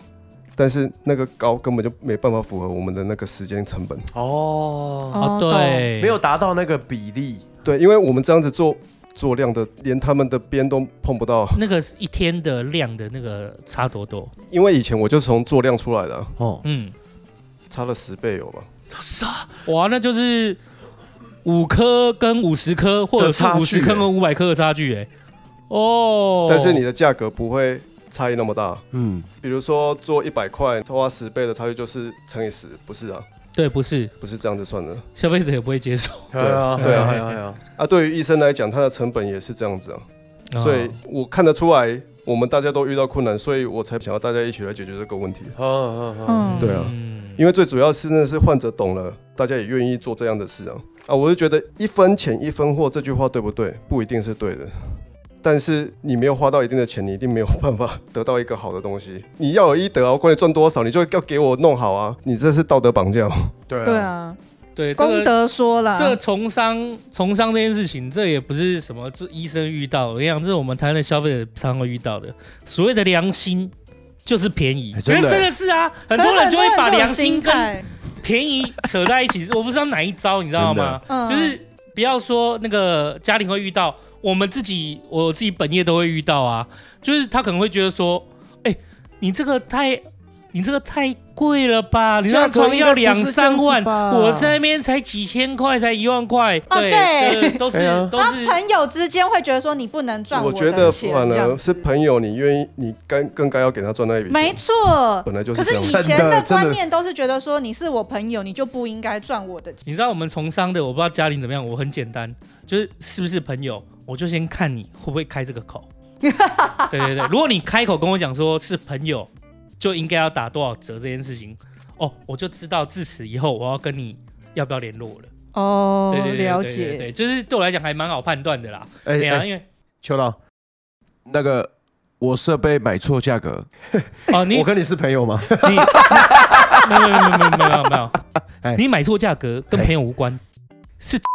但是那个高根本就没办法符合我们的那个时间成本。哦，哦，哦，对，没有达到那个比例，对，因为我们这样子做做量的，连他们的边都碰不到。那个是一天的量的那个差多多，因为以前我就从做量出来的啊，哦，嗯，差了十倍有吧？哇，那就是五颗跟五十颗，或者是的差距五十颗欸跟五百颗的差距、欸，哦，但是你的价格不会差异那么大。嗯，比如说做一百块，花十倍的差距就是乘以十，不是啊，对不是不是这样子算的消费者也不会接受，对啊，对对啊，啊对啊，对啊，啊。对于医生来讲，他的成本也是这样子啊，所以我看得出来，我们大家都遇到困难，所以我才想要大家一起来解决这个问题。嗯嗯嗯，嗯，对啊嗯因为最主要是真的是患者懂了，大家也愿意做这样的事啊啊！我就觉得一分钱一分货这句话对不对？不一定是对的，但是你没有花到一定的钱，你一定没有办法 得到一个好的东西。你要有医德啊，我管你赚多少，你就要给我弄好啊！你这是道德绑架。哦对对啊，啊，对这功个德啊说了，这个从商从商这件事情，这也不是什么这医生遇到，我跟你讲，这是我们台湾的消费者常常会遇到的。所谓的良心就是便宜哎，真的因为真的是啊，很可是多人就会把这种良心心跟态，便宜扯在一起。我不知道哪一招，你知道吗？嗯就是不要说那个家庭会遇到，我们自己我自己本业都会遇到啊。就是他可能会觉得说，哎、你这个太你这个太贵了吧？你那床要两三万，我在那边才几千块，才一万块。哦对，对这都是、哎呀都是。啊朋友之间会觉得说你不能赚我觉的得钱，反这而样是朋友，你愿意，你该更该要给他赚那一笔没钱。错。本来就可是这是样以子。前真的真的观念都是觉得说你是我朋友，你就不应该赚我的钱。你知道我们从商的，我不知道嘉玲怎么样，我很简单，就是是不是朋友，我就先看你会不会开这 个口。对对对，如果你开口跟我讲说是朋友，就应该要打多少折这件事情，哦，我就知道自此以后我要跟你要不要联络了。哦对对对对对对，对，就是对我来讲还蛮好判断的啦。哎对啊，哎，因为秋刀，那个我设备买错价格，哦，你我跟你是朋友吗？你 没有没有没有没有没有没有哎，你买错价格跟哎朋友无关，是。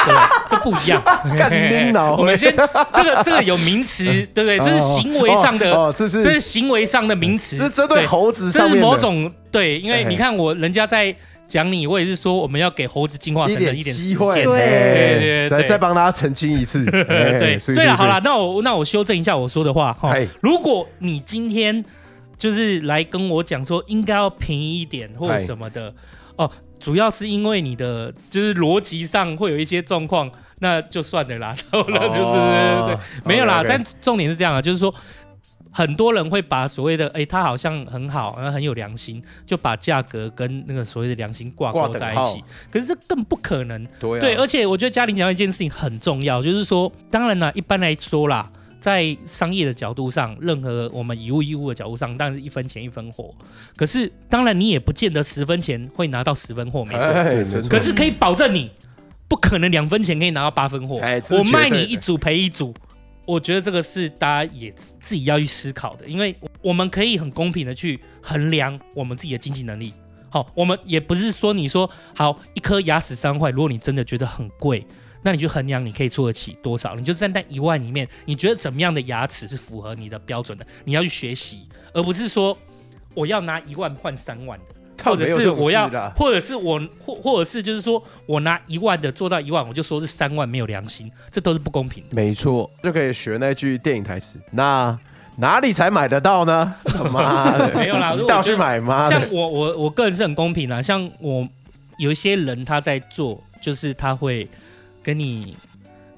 对，这不一样。 干你老嗯我们先这个这个有名词，对不哎对？这是行为上的，哦，哦这是嗯这是行为上的名词。这是针对猴子这上是面的某种对，因为哎你看我人家在讲你，我也是说我们要给猴子进化一成人一点点机时会，间。对哎对对对再对再帮大家澄清一次，哎呃，对所以对是了，不是好了，那我那我修正一下我说的话哈哎。如果你今天就是来跟我讲说应该要便宜一点或者哎什么的哦，主要是因为你的就是逻辑上会有一些状况，那就算了啦， 然后那就是对对对哦没有啦， OK，OK 但重点是这样啊，就是说很多人会把所谓的哎、他好像很好，然后很有良心，就把价格跟那个所谓的良心挂挂钩等在一号起，可是这更不可能。对啊对，而且我觉得嘉玲讲到一件事情很重要，就是说，当然啦，一般来说啦，在商业的角度上，任何我们以物易物的角度上，当然是一分钱一分货。可是，当然你也不见得十分钱会拿到十分货，没错。哎对真的可是可以保证你不可能两分钱可以拿到八分货。哎这是我绝对卖你的一组赔一组，我觉得这个是大家也自己要去思考的，因为我们可以很公平的去衡量我们自己的经济能力。好，我们也不是说你说好一颗牙齿三块，如果你真的觉得很贵。那你就衡量你可以做得起多少，你就站在一万里面，你觉得怎么样的牙齿是符合你的标准的，你要去学习，而不是说我要拿一万换三万的。他或没者有这是种我要事啦，或者是我或或者是就是说我拿一万的做到一万，我就说是三万没有良心，这都是不 公平的。没错，就可以学那句电影台词，那哪里才买得到 呢？妈的，没有啦如果你倒去买妈像的，我我我个人是很公平啦，像我有一些人他在做，就是他会跟你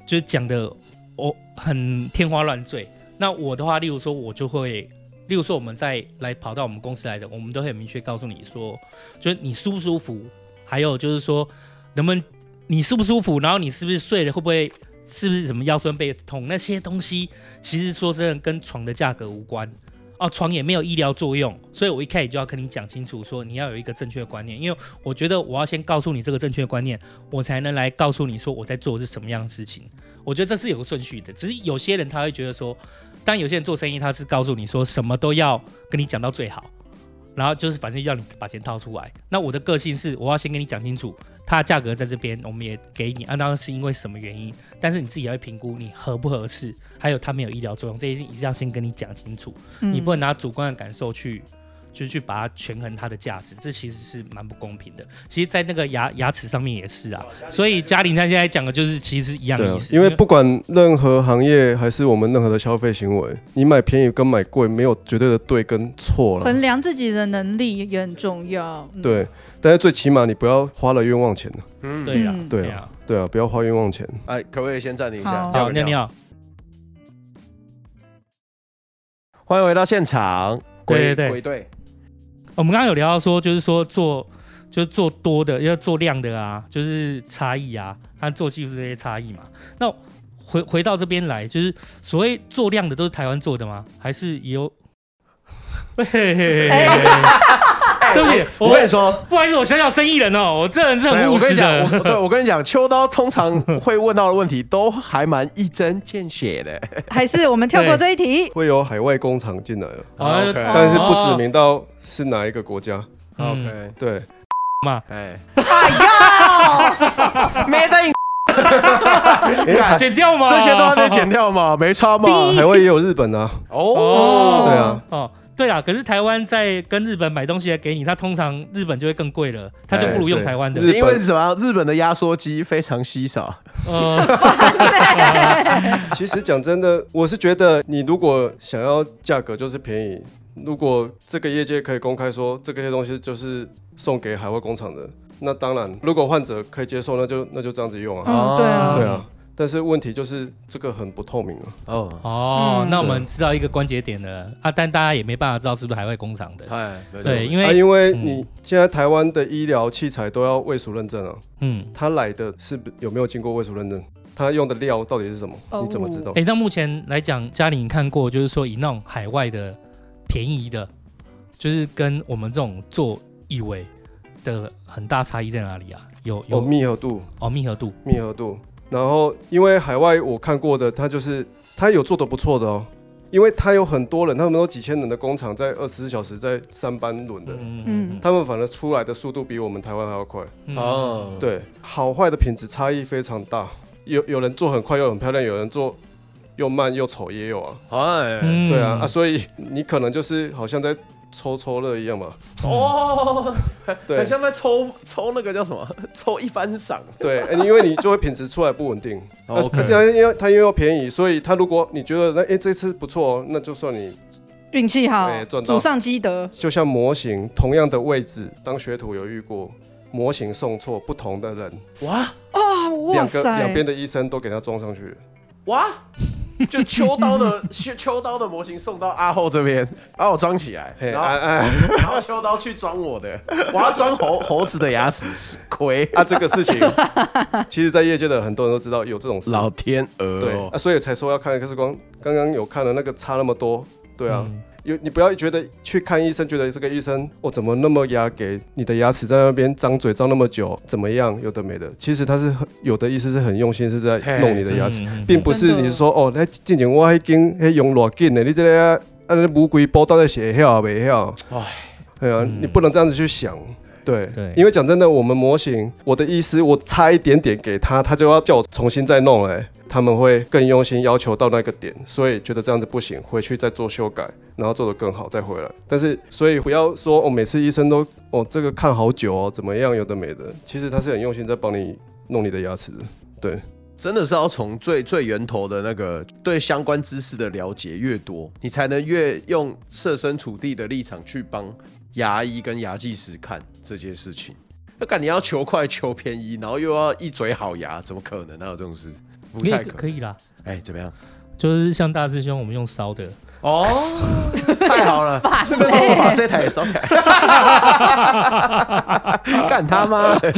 就是讲的我很天花乱坠。那我的话，例如说我就会，例如说我们在来跑到我们公司来的，我们都会很明确告诉你说，就是你舒不舒服，还有就是说能不能你舒不舒服，然后你是不是睡了会不会是不是什么腰酸背痛那些东西，其实说真的跟床的价格无关哦，床也没有医疗作用，所以我一开始就要跟你讲清楚，说你要有一个正确的观念，因为我觉得我要先告诉你这个正确的观念，我才能来告诉你说我在做的是什么样的事情。我觉得这是有个顺序的，只是有些人他会觉得说，当有些人做生意，他是告诉你说什么都要跟你讲到最好。然后就是，反正要你把钱掏出来。那我的个性是，我要先跟你讲清楚，它的价格在这边，我们也给你。啊，当然是因为什么原因，但是你自己要去评估你合不合适，还有它没有医疗作用，这些一定要先跟你讲清楚。嗯你嗯不能拿主观的感受去，就是去把它权衡它的价值，这其实是蛮不公平的。其实，在那个牙牙齿上面也是啊，所以嘉玲她现在讲的就是其实是一样对的啊意，思，因为不管任何行业还是我们任何的消费行为，你买便宜跟买贵没有绝对的对跟错了。衡量自己的能力也很重要。嗯，对，但是最起码你不要花了冤枉钱啊嗯，对啊，嗯对啊啊，对啊，不要花冤枉钱。哎，可不可以先暂停一下好？好人尿聊尿，欢迎回到现场，对对对鬼队，我们刚刚有聊到说，就是说做就是做多的要做量的啊，就是差异啊，和做技术这些差异嘛。那回回到这边来，就是所谓做量的都是台湾做的吗？还是也有？嘿嘿嘿嘿嘿对不起，我我跟你说，不好意思，我小小生意人哦，我这人是对很务我跟实你讲，我对 的。我跟你讲，秋刀通常会问到的问题都还蛮一针见血的。还是我们跳过对这一题。会有海外工厂进来了，好，OK 但是不指名到是哪一个国家。嗯 OK，对，嘛，哎，哎呦， 没 得你剪掉吗？这些都还得剪掉嘛，没差嘛。海外也有日本的啊，哦，哦，对啊，哦，对啦，可是台湾在跟日本买东西来给你，它通常日本就会更贵了，它就不如用台湾的哎。对日本因为什么？日本的压缩机非常稀少。呃，其实讲真的，我是觉得你如果想要价格就是便宜，如果这个业界可以公开说这个些东西就是送给海外工厂的，那当然，如果患者可以接受，那就那就这样子用嗯，啊。对啊，对啊，但是问题就是这个很不透明啊。哦，哦，嗯那我们知道一个关节点了啊，但大家也没办法知道是不是海外工厂的。哎，没错对，，因啊，为嗯因为你现在台湾的医疗器材都要卫署认证啊，嗯，它来的是不有没有经过卫署认证？它用的料到底是什么？哦你怎么知道？哎，那目前来讲，嘉玲看过，就是说以那种海外的便宜的，就是跟我们这种做义为的很大差异在哪里啊？有哦，有密合度，哦，密合度密合度。然后因为海外我看过的，它就是它有做的不错的哦，因为它有很多人，他们都几千人的工厂在二十四小时在三班轮的，嗯嗯他们反而出来的速度比我们台湾还要快。嗯哦，对，好坏的品质差异非常大，有有人做很快又很漂亮，有人做又慢又丑也有啊。哎，嗯对啊，啊，所以你可能就是好像在抽抽乐一样嘛。嗯哦，对很像在抽抽那个叫什么？抽一番赏。对，哎你因为你就会品质出来不稳定。哦啊 OK 它因为它因为要便宜，所以它如果你觉得那哎、这次不错哦，那就算你运气好哎，赚到祖上积德。就像模型同样的位置，当学徒有遇过模型送错不同的人，哇哇两哇个两边塞！的医生都给他装上去了。哇！就秋刀的秋秋刀的模型送到阿后这边，把我装起来，嘿，然后啊啊然后秋刀去装我的，我要装猴猴子的牙齿亏。啊！这个事情，其实在业界的很多人都知道有这种事，老天鹅、对哦啊，，所以才说要看 X 光。刚刚有看了那个差那么多，对啊。嗯有你不要觉得去看医生，觉得这个医生我、怎么那么牙给你的牙齿在那边张嘴张那么久，怎么样？有的没的，其实他是很有的意思是很用心，是在弄你的牙齿，嗯嗯嗯啊并不是你说哦，那之前我迄间迄用偌紧的，你这个啊，那乌龟包到底写晓没晓？唉哎，对啊，你不能这样子去想。对，对因为讲真的，我们模型，我的意思，我差一点点给他，他就要叫我重新再弄、哎，他们会更用心要求到那个点，所以觉得这样子不行，回去再做修改，然后做得更好再回来。但是，所以不要说哦，每次医生都哦这个看好久哦，怎么样，有的没的，其实他是很用心在帮你弄你的牙齿的。对，真的是要从最最源头的那个对相关知识的了解越多，你才能越用设身处地的立场去帮牙医跟牙技师看这些事情。那感你要求快求便宜，然后又要一嘴好牙，怎么可能？哪啊有这种事？不也太可可能。可以啦，哎、怎么样？就是像大师兄我们用烧的，哦，太好了，顺便帮我把这台也烧起 来，干他妈的！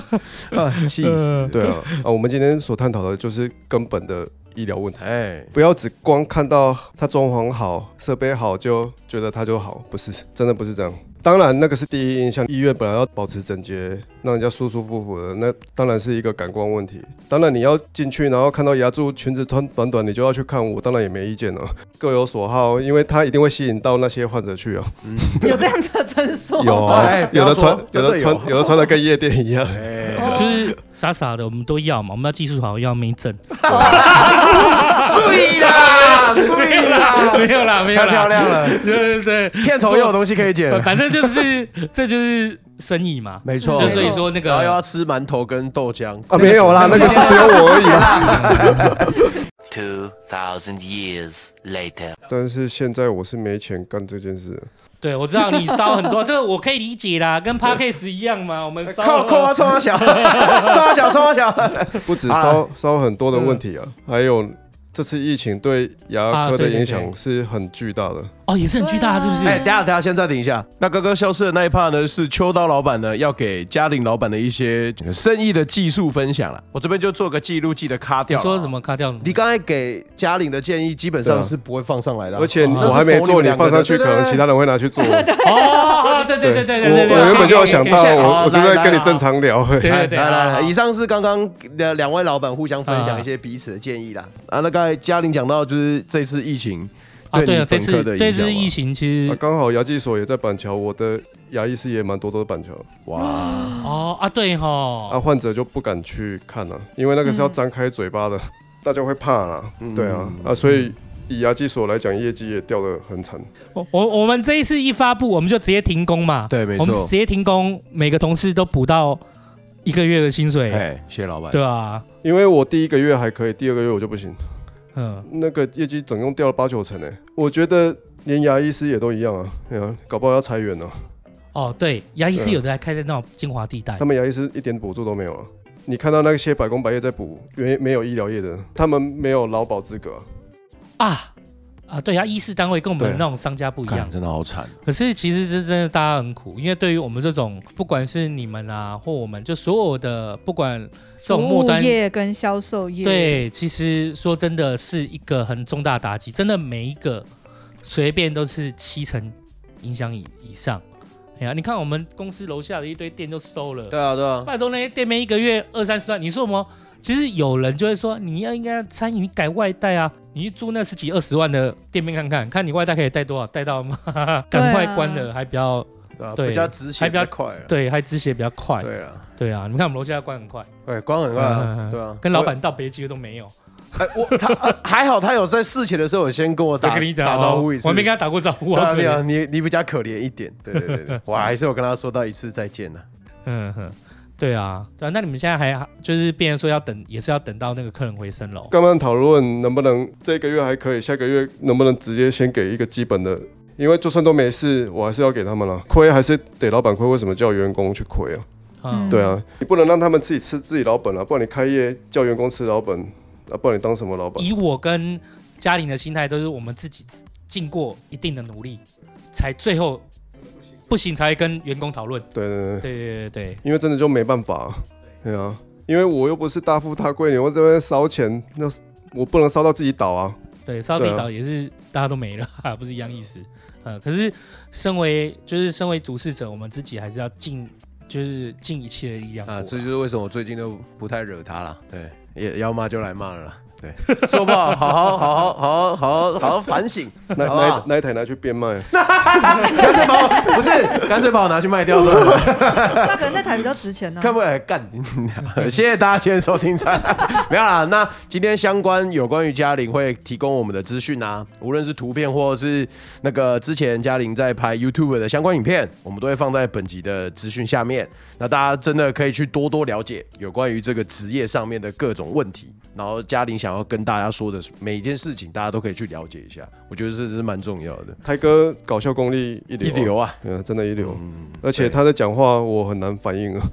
啊，气死！对啊，啊，我们今天所探讨的就是根本的医疗呃问题，哎，不要只光看到它装潢好、设备好就觉得它就好，不是，真的不是这样。当然，那个是第一印象，医院本来要保持整洁，让人家舒舒服服的，那当然是一个感官问题。当然，你要进去，然后看到牙柱裙子穿短短，你就要去看我，当然也没意见了， 各有所好，因为它一定会吸引到那些患者去啊。有这样子的诊所？有哎啊，不要有的说穿，有真的的穿有，哎有的穿的跟夜店一样。哦就是傻傻的，我们都要嘛，我们要技术好，要没证，睡啦，睡啦，没有啦，没有啊太啦，漂亮 了，对对对，片头又有东西可以剪反，反正就是这就是生意嘛，没错就所以说那然后又要个吃馒头跟豆浆，啊，没有啦，那个是只有我而已啦。 2,000 years later. 但是现在我是没钱干这件 事。对我知道你烧很多，这个我可以理解啦，跟 Parkes 一样嘛，我们烧扣扣 啊，冲 啊小，冲啊小，冲啊小，不止啊嗯烧烧很多的问题啊，还有这次疫情对牙啊科的对对对影响是很巨大的。哦，也是很巨大，是不是？哎、等一下等一下，先暂停一下。那刚刚消失的那一 part 呢，是秋刀老板呢要给嘉玲老板的一些生意的技术分享了。我这边就做个记录，记得卡你掉。说什？么卡掉什么？啊你刚才给嘉玲的建议基本上对啊是不会放上来的啊、而且那我是还没否做，们你两个放上的去，可对能对其他人会拿去做。我 哦，对对对对对对对，我啊原本就有有想到，对对对我我就来在来跟你来正常聊。嘿对对对，哎来来来，好以上是刚刚的两位老板互相分享一些彼此的建议啦。啊，那刚才嘉玲讲到就是这次疫情啊，对你啊，这本科次的这影响次嘛疫情其啊实刚好牙技所也在板桥，我的牙医师也蛮多都是板桥哇，哦啊，对啊，哈，患者就不敢去看了、因为那个是要张开嘴巴嗯的， 大家会怕啦。对啊，啊，所以以牙技所来讲，业绩也掉得很惨。我我我们这一次一发布，我们就直接停工嘛，对，没我们错直，接停工，每个同事都补到一个月的薪水，哎，谢谢老板，对啊，因为我第一个月还可以，第二个月我就不行，嗯，那个业绩总共掉了八九成诶、我觉得连牙医师也都一样啊，对啊，搞不好要裁员呢、哦，对，牙医师对啊有的还开在那种精华地带他，们牙医师一点补助都没有啊。你看到那些百工百业在补，原没有医疗业的，他们没有劳保资格啊、啊啊，对啊，医事单位跟我们对那种商家不一干样。真的好惨。可是其实这真的大家很苦，因为对于我们这种，不管是你们啊，或我们，就所有的，不管 这种末服务端业跟销售业，，对，其实说真的是一个很重大打击，真的每一个随便都是七成影响以以上。哎呀，你看我们公司楼下的一堆店都收了，对啊，对啊，拜托那些店面一个月二三十万，你说什么？其实有人就会说，你要应该参与改外带啊，你去租那十几二十万的店面看看，看你外带可以带多少，带到吗？ 赶快关了，还比较对啊，对比较直还线，比较快了。对，还止血比较快，对了，对啊，你看我们楼下关很快，哎，光很快嗯嗯啊，嗯对啊，跟老板道别几乎都没有。哎，我 他啊还好，他有在事前的时候有先跟我我打跟你讲，哦打招呼一次，我还没跟他打过招对呼，好啊，可对啊，怜。你你比较可怜一点，对对 对对，我还是有跟他说到一次再见啊呢。嗯哼，对啊，对啊。那你们现在还就是变成说要等，也是要等到那个客人回升楼。刚刚讨论能不能这个月还可以，下个月能不能直接先给一个基本的？因为就算都没事，我还是要给他们了。亏还是得老板亏，为什么叫员工去亏啊？嗯，对啊，你不能让他们自己吃自己老本啊，不然你开业叫员工吃老本，啊，不然你当什么老板？以我跟嘉玲的心态，都是我们自己尽过一定的努力，才最后不行才跟员工讨论。对对对对对，对对对，因为真的就没办法啊、对啊，因为我又不是大富大贵，你我这边烧钱，那是我不能烧到自己倒 啊。对，烧地岛也是大家都没了，啊 不是一样意思。呃，可是身为就是身为主事者，我们自己还是要尽就是尽一切的力量。啊，这就是为什么我最近都不太惹他了。对，也要骂就来骂了啦。对，做不好，好好好好好好好好好反省，那好不那好？啊那一台拿去变卖，干脆把我不是，干脆把我拿去卖掉算了。那可能那台比较值嗯钱呢、看不来干你娘！谢谢大家今天收听， 没有啦。那今天相关有关于嘉玲会提供我们的资讯啊，无论是图片或者是那个之前嘉玲在拍 YouTube 的相关影片，我们都会放在本集的资讯下面。那大家真的可以去多多了解有关于这个职业上面的各种问题，然后嘉玲想要跟大家说的每一件事情，大家都可以去了解一下。我觉得这是蛮重要的，台哥搞笑功力一流、一流啊！嗯，真的一流，而且他在讲话我很难反 应啊，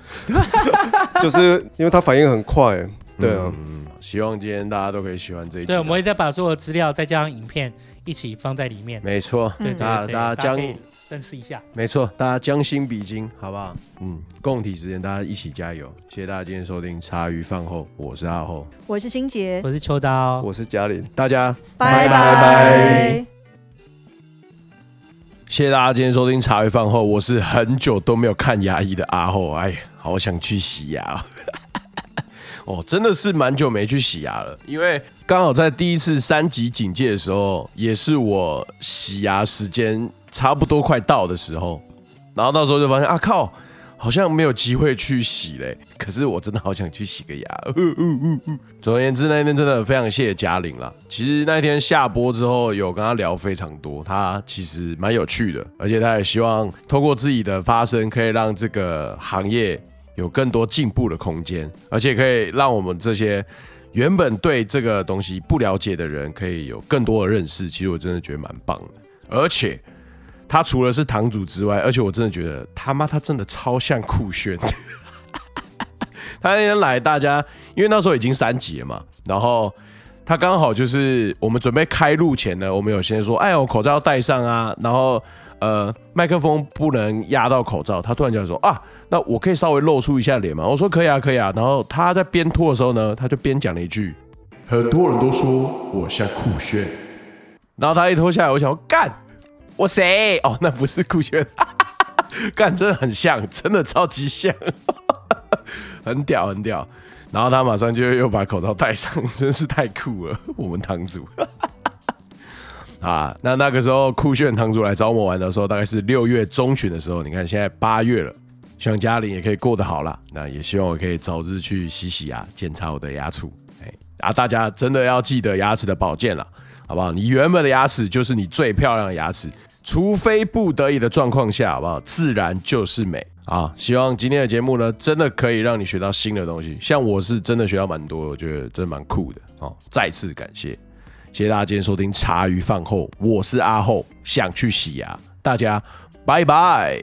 就是因为他反应很快，对啊，希望今天大家都可以喜欢这一集。啊对，我们会再把所有资料再加上影片一起放在里面。没错，对对嗯大对，大家可将以认识一下。没错，大家将心比心，好不好？嗯，共体时间，大家一起加油！谢谢大家今天收听《茶余饭后》，我是阿后，我是心杰，我是秋刀，我是嘉玲。大家拜拜拜拜。谢谢大家今天收听《茶余饭后》，我是很久都没有看牙医的阿后，哎，好想去洗牙 哦。哦，真的是蛮久没去洗牙了，因为刚好在第一次三级警戒的时候，也是我洗牙时间差不多快到的时候，然后到时候就发现啊靠，好像没有机会去洗嘞。可是我真的好想去洗个牙。呜呜呜呜总而言之，那一天真的非常谢谢嘉玲啦。其实那一天下播之后，有跟她聊非常多，她其实蛮有趣的，而且她也希望通过自己的发声，可以让这个行业有更多进步的空间，而且可以让我们这些原本对这个东西不了解的人，可以有更多的认识。其实我真的觉得蛮棒的，而且他除了是堂主之外，而且我真的觉得他妈他真的超像酷炫。他那天来，大家因为那时候已经三级了嘛，然后他刚好就是我们准备开录前呢，我们有先说，哎，我口罩要戴上啊，然后呃，麦克风不能压到口罩。他突然就说啊，那我可以稍微露出一下脸吗？我说可以啊，可以啊。然后他在边拖的时候呢，他就边讲了一句，很多人都说我像酷炫，然后他一脱下来，我想说干，我谁？哦，那不是酷炫， 干真的很像，真的超级像， 很屌很屌。然后他马上就又把口罩戴上， 真是太酷了，我们堂主。啊，那那个时候酷炫堂主来找我们玩的时候，大概是六月中旬的时候。你看现在八月了，希望嘉玲也可以过得好啦。那也希望我可以早日去洗洗牙，检查我的牙齿。哎，啊，大家真的要记得牙齿的保健啦，好不好？你原本的牙齿就是你最漂亮的牙齿，除非不得已的状况下，好不好？自然就是美啊！希望今天的节目呢，真的可以让你学到新的东西。像我是真的学到蛮多，我觉得真的蛮酷的哦。再次感谢，谢谢大家今天收听茶余饭后，我是阿后，想去洗牙，大家拜拜。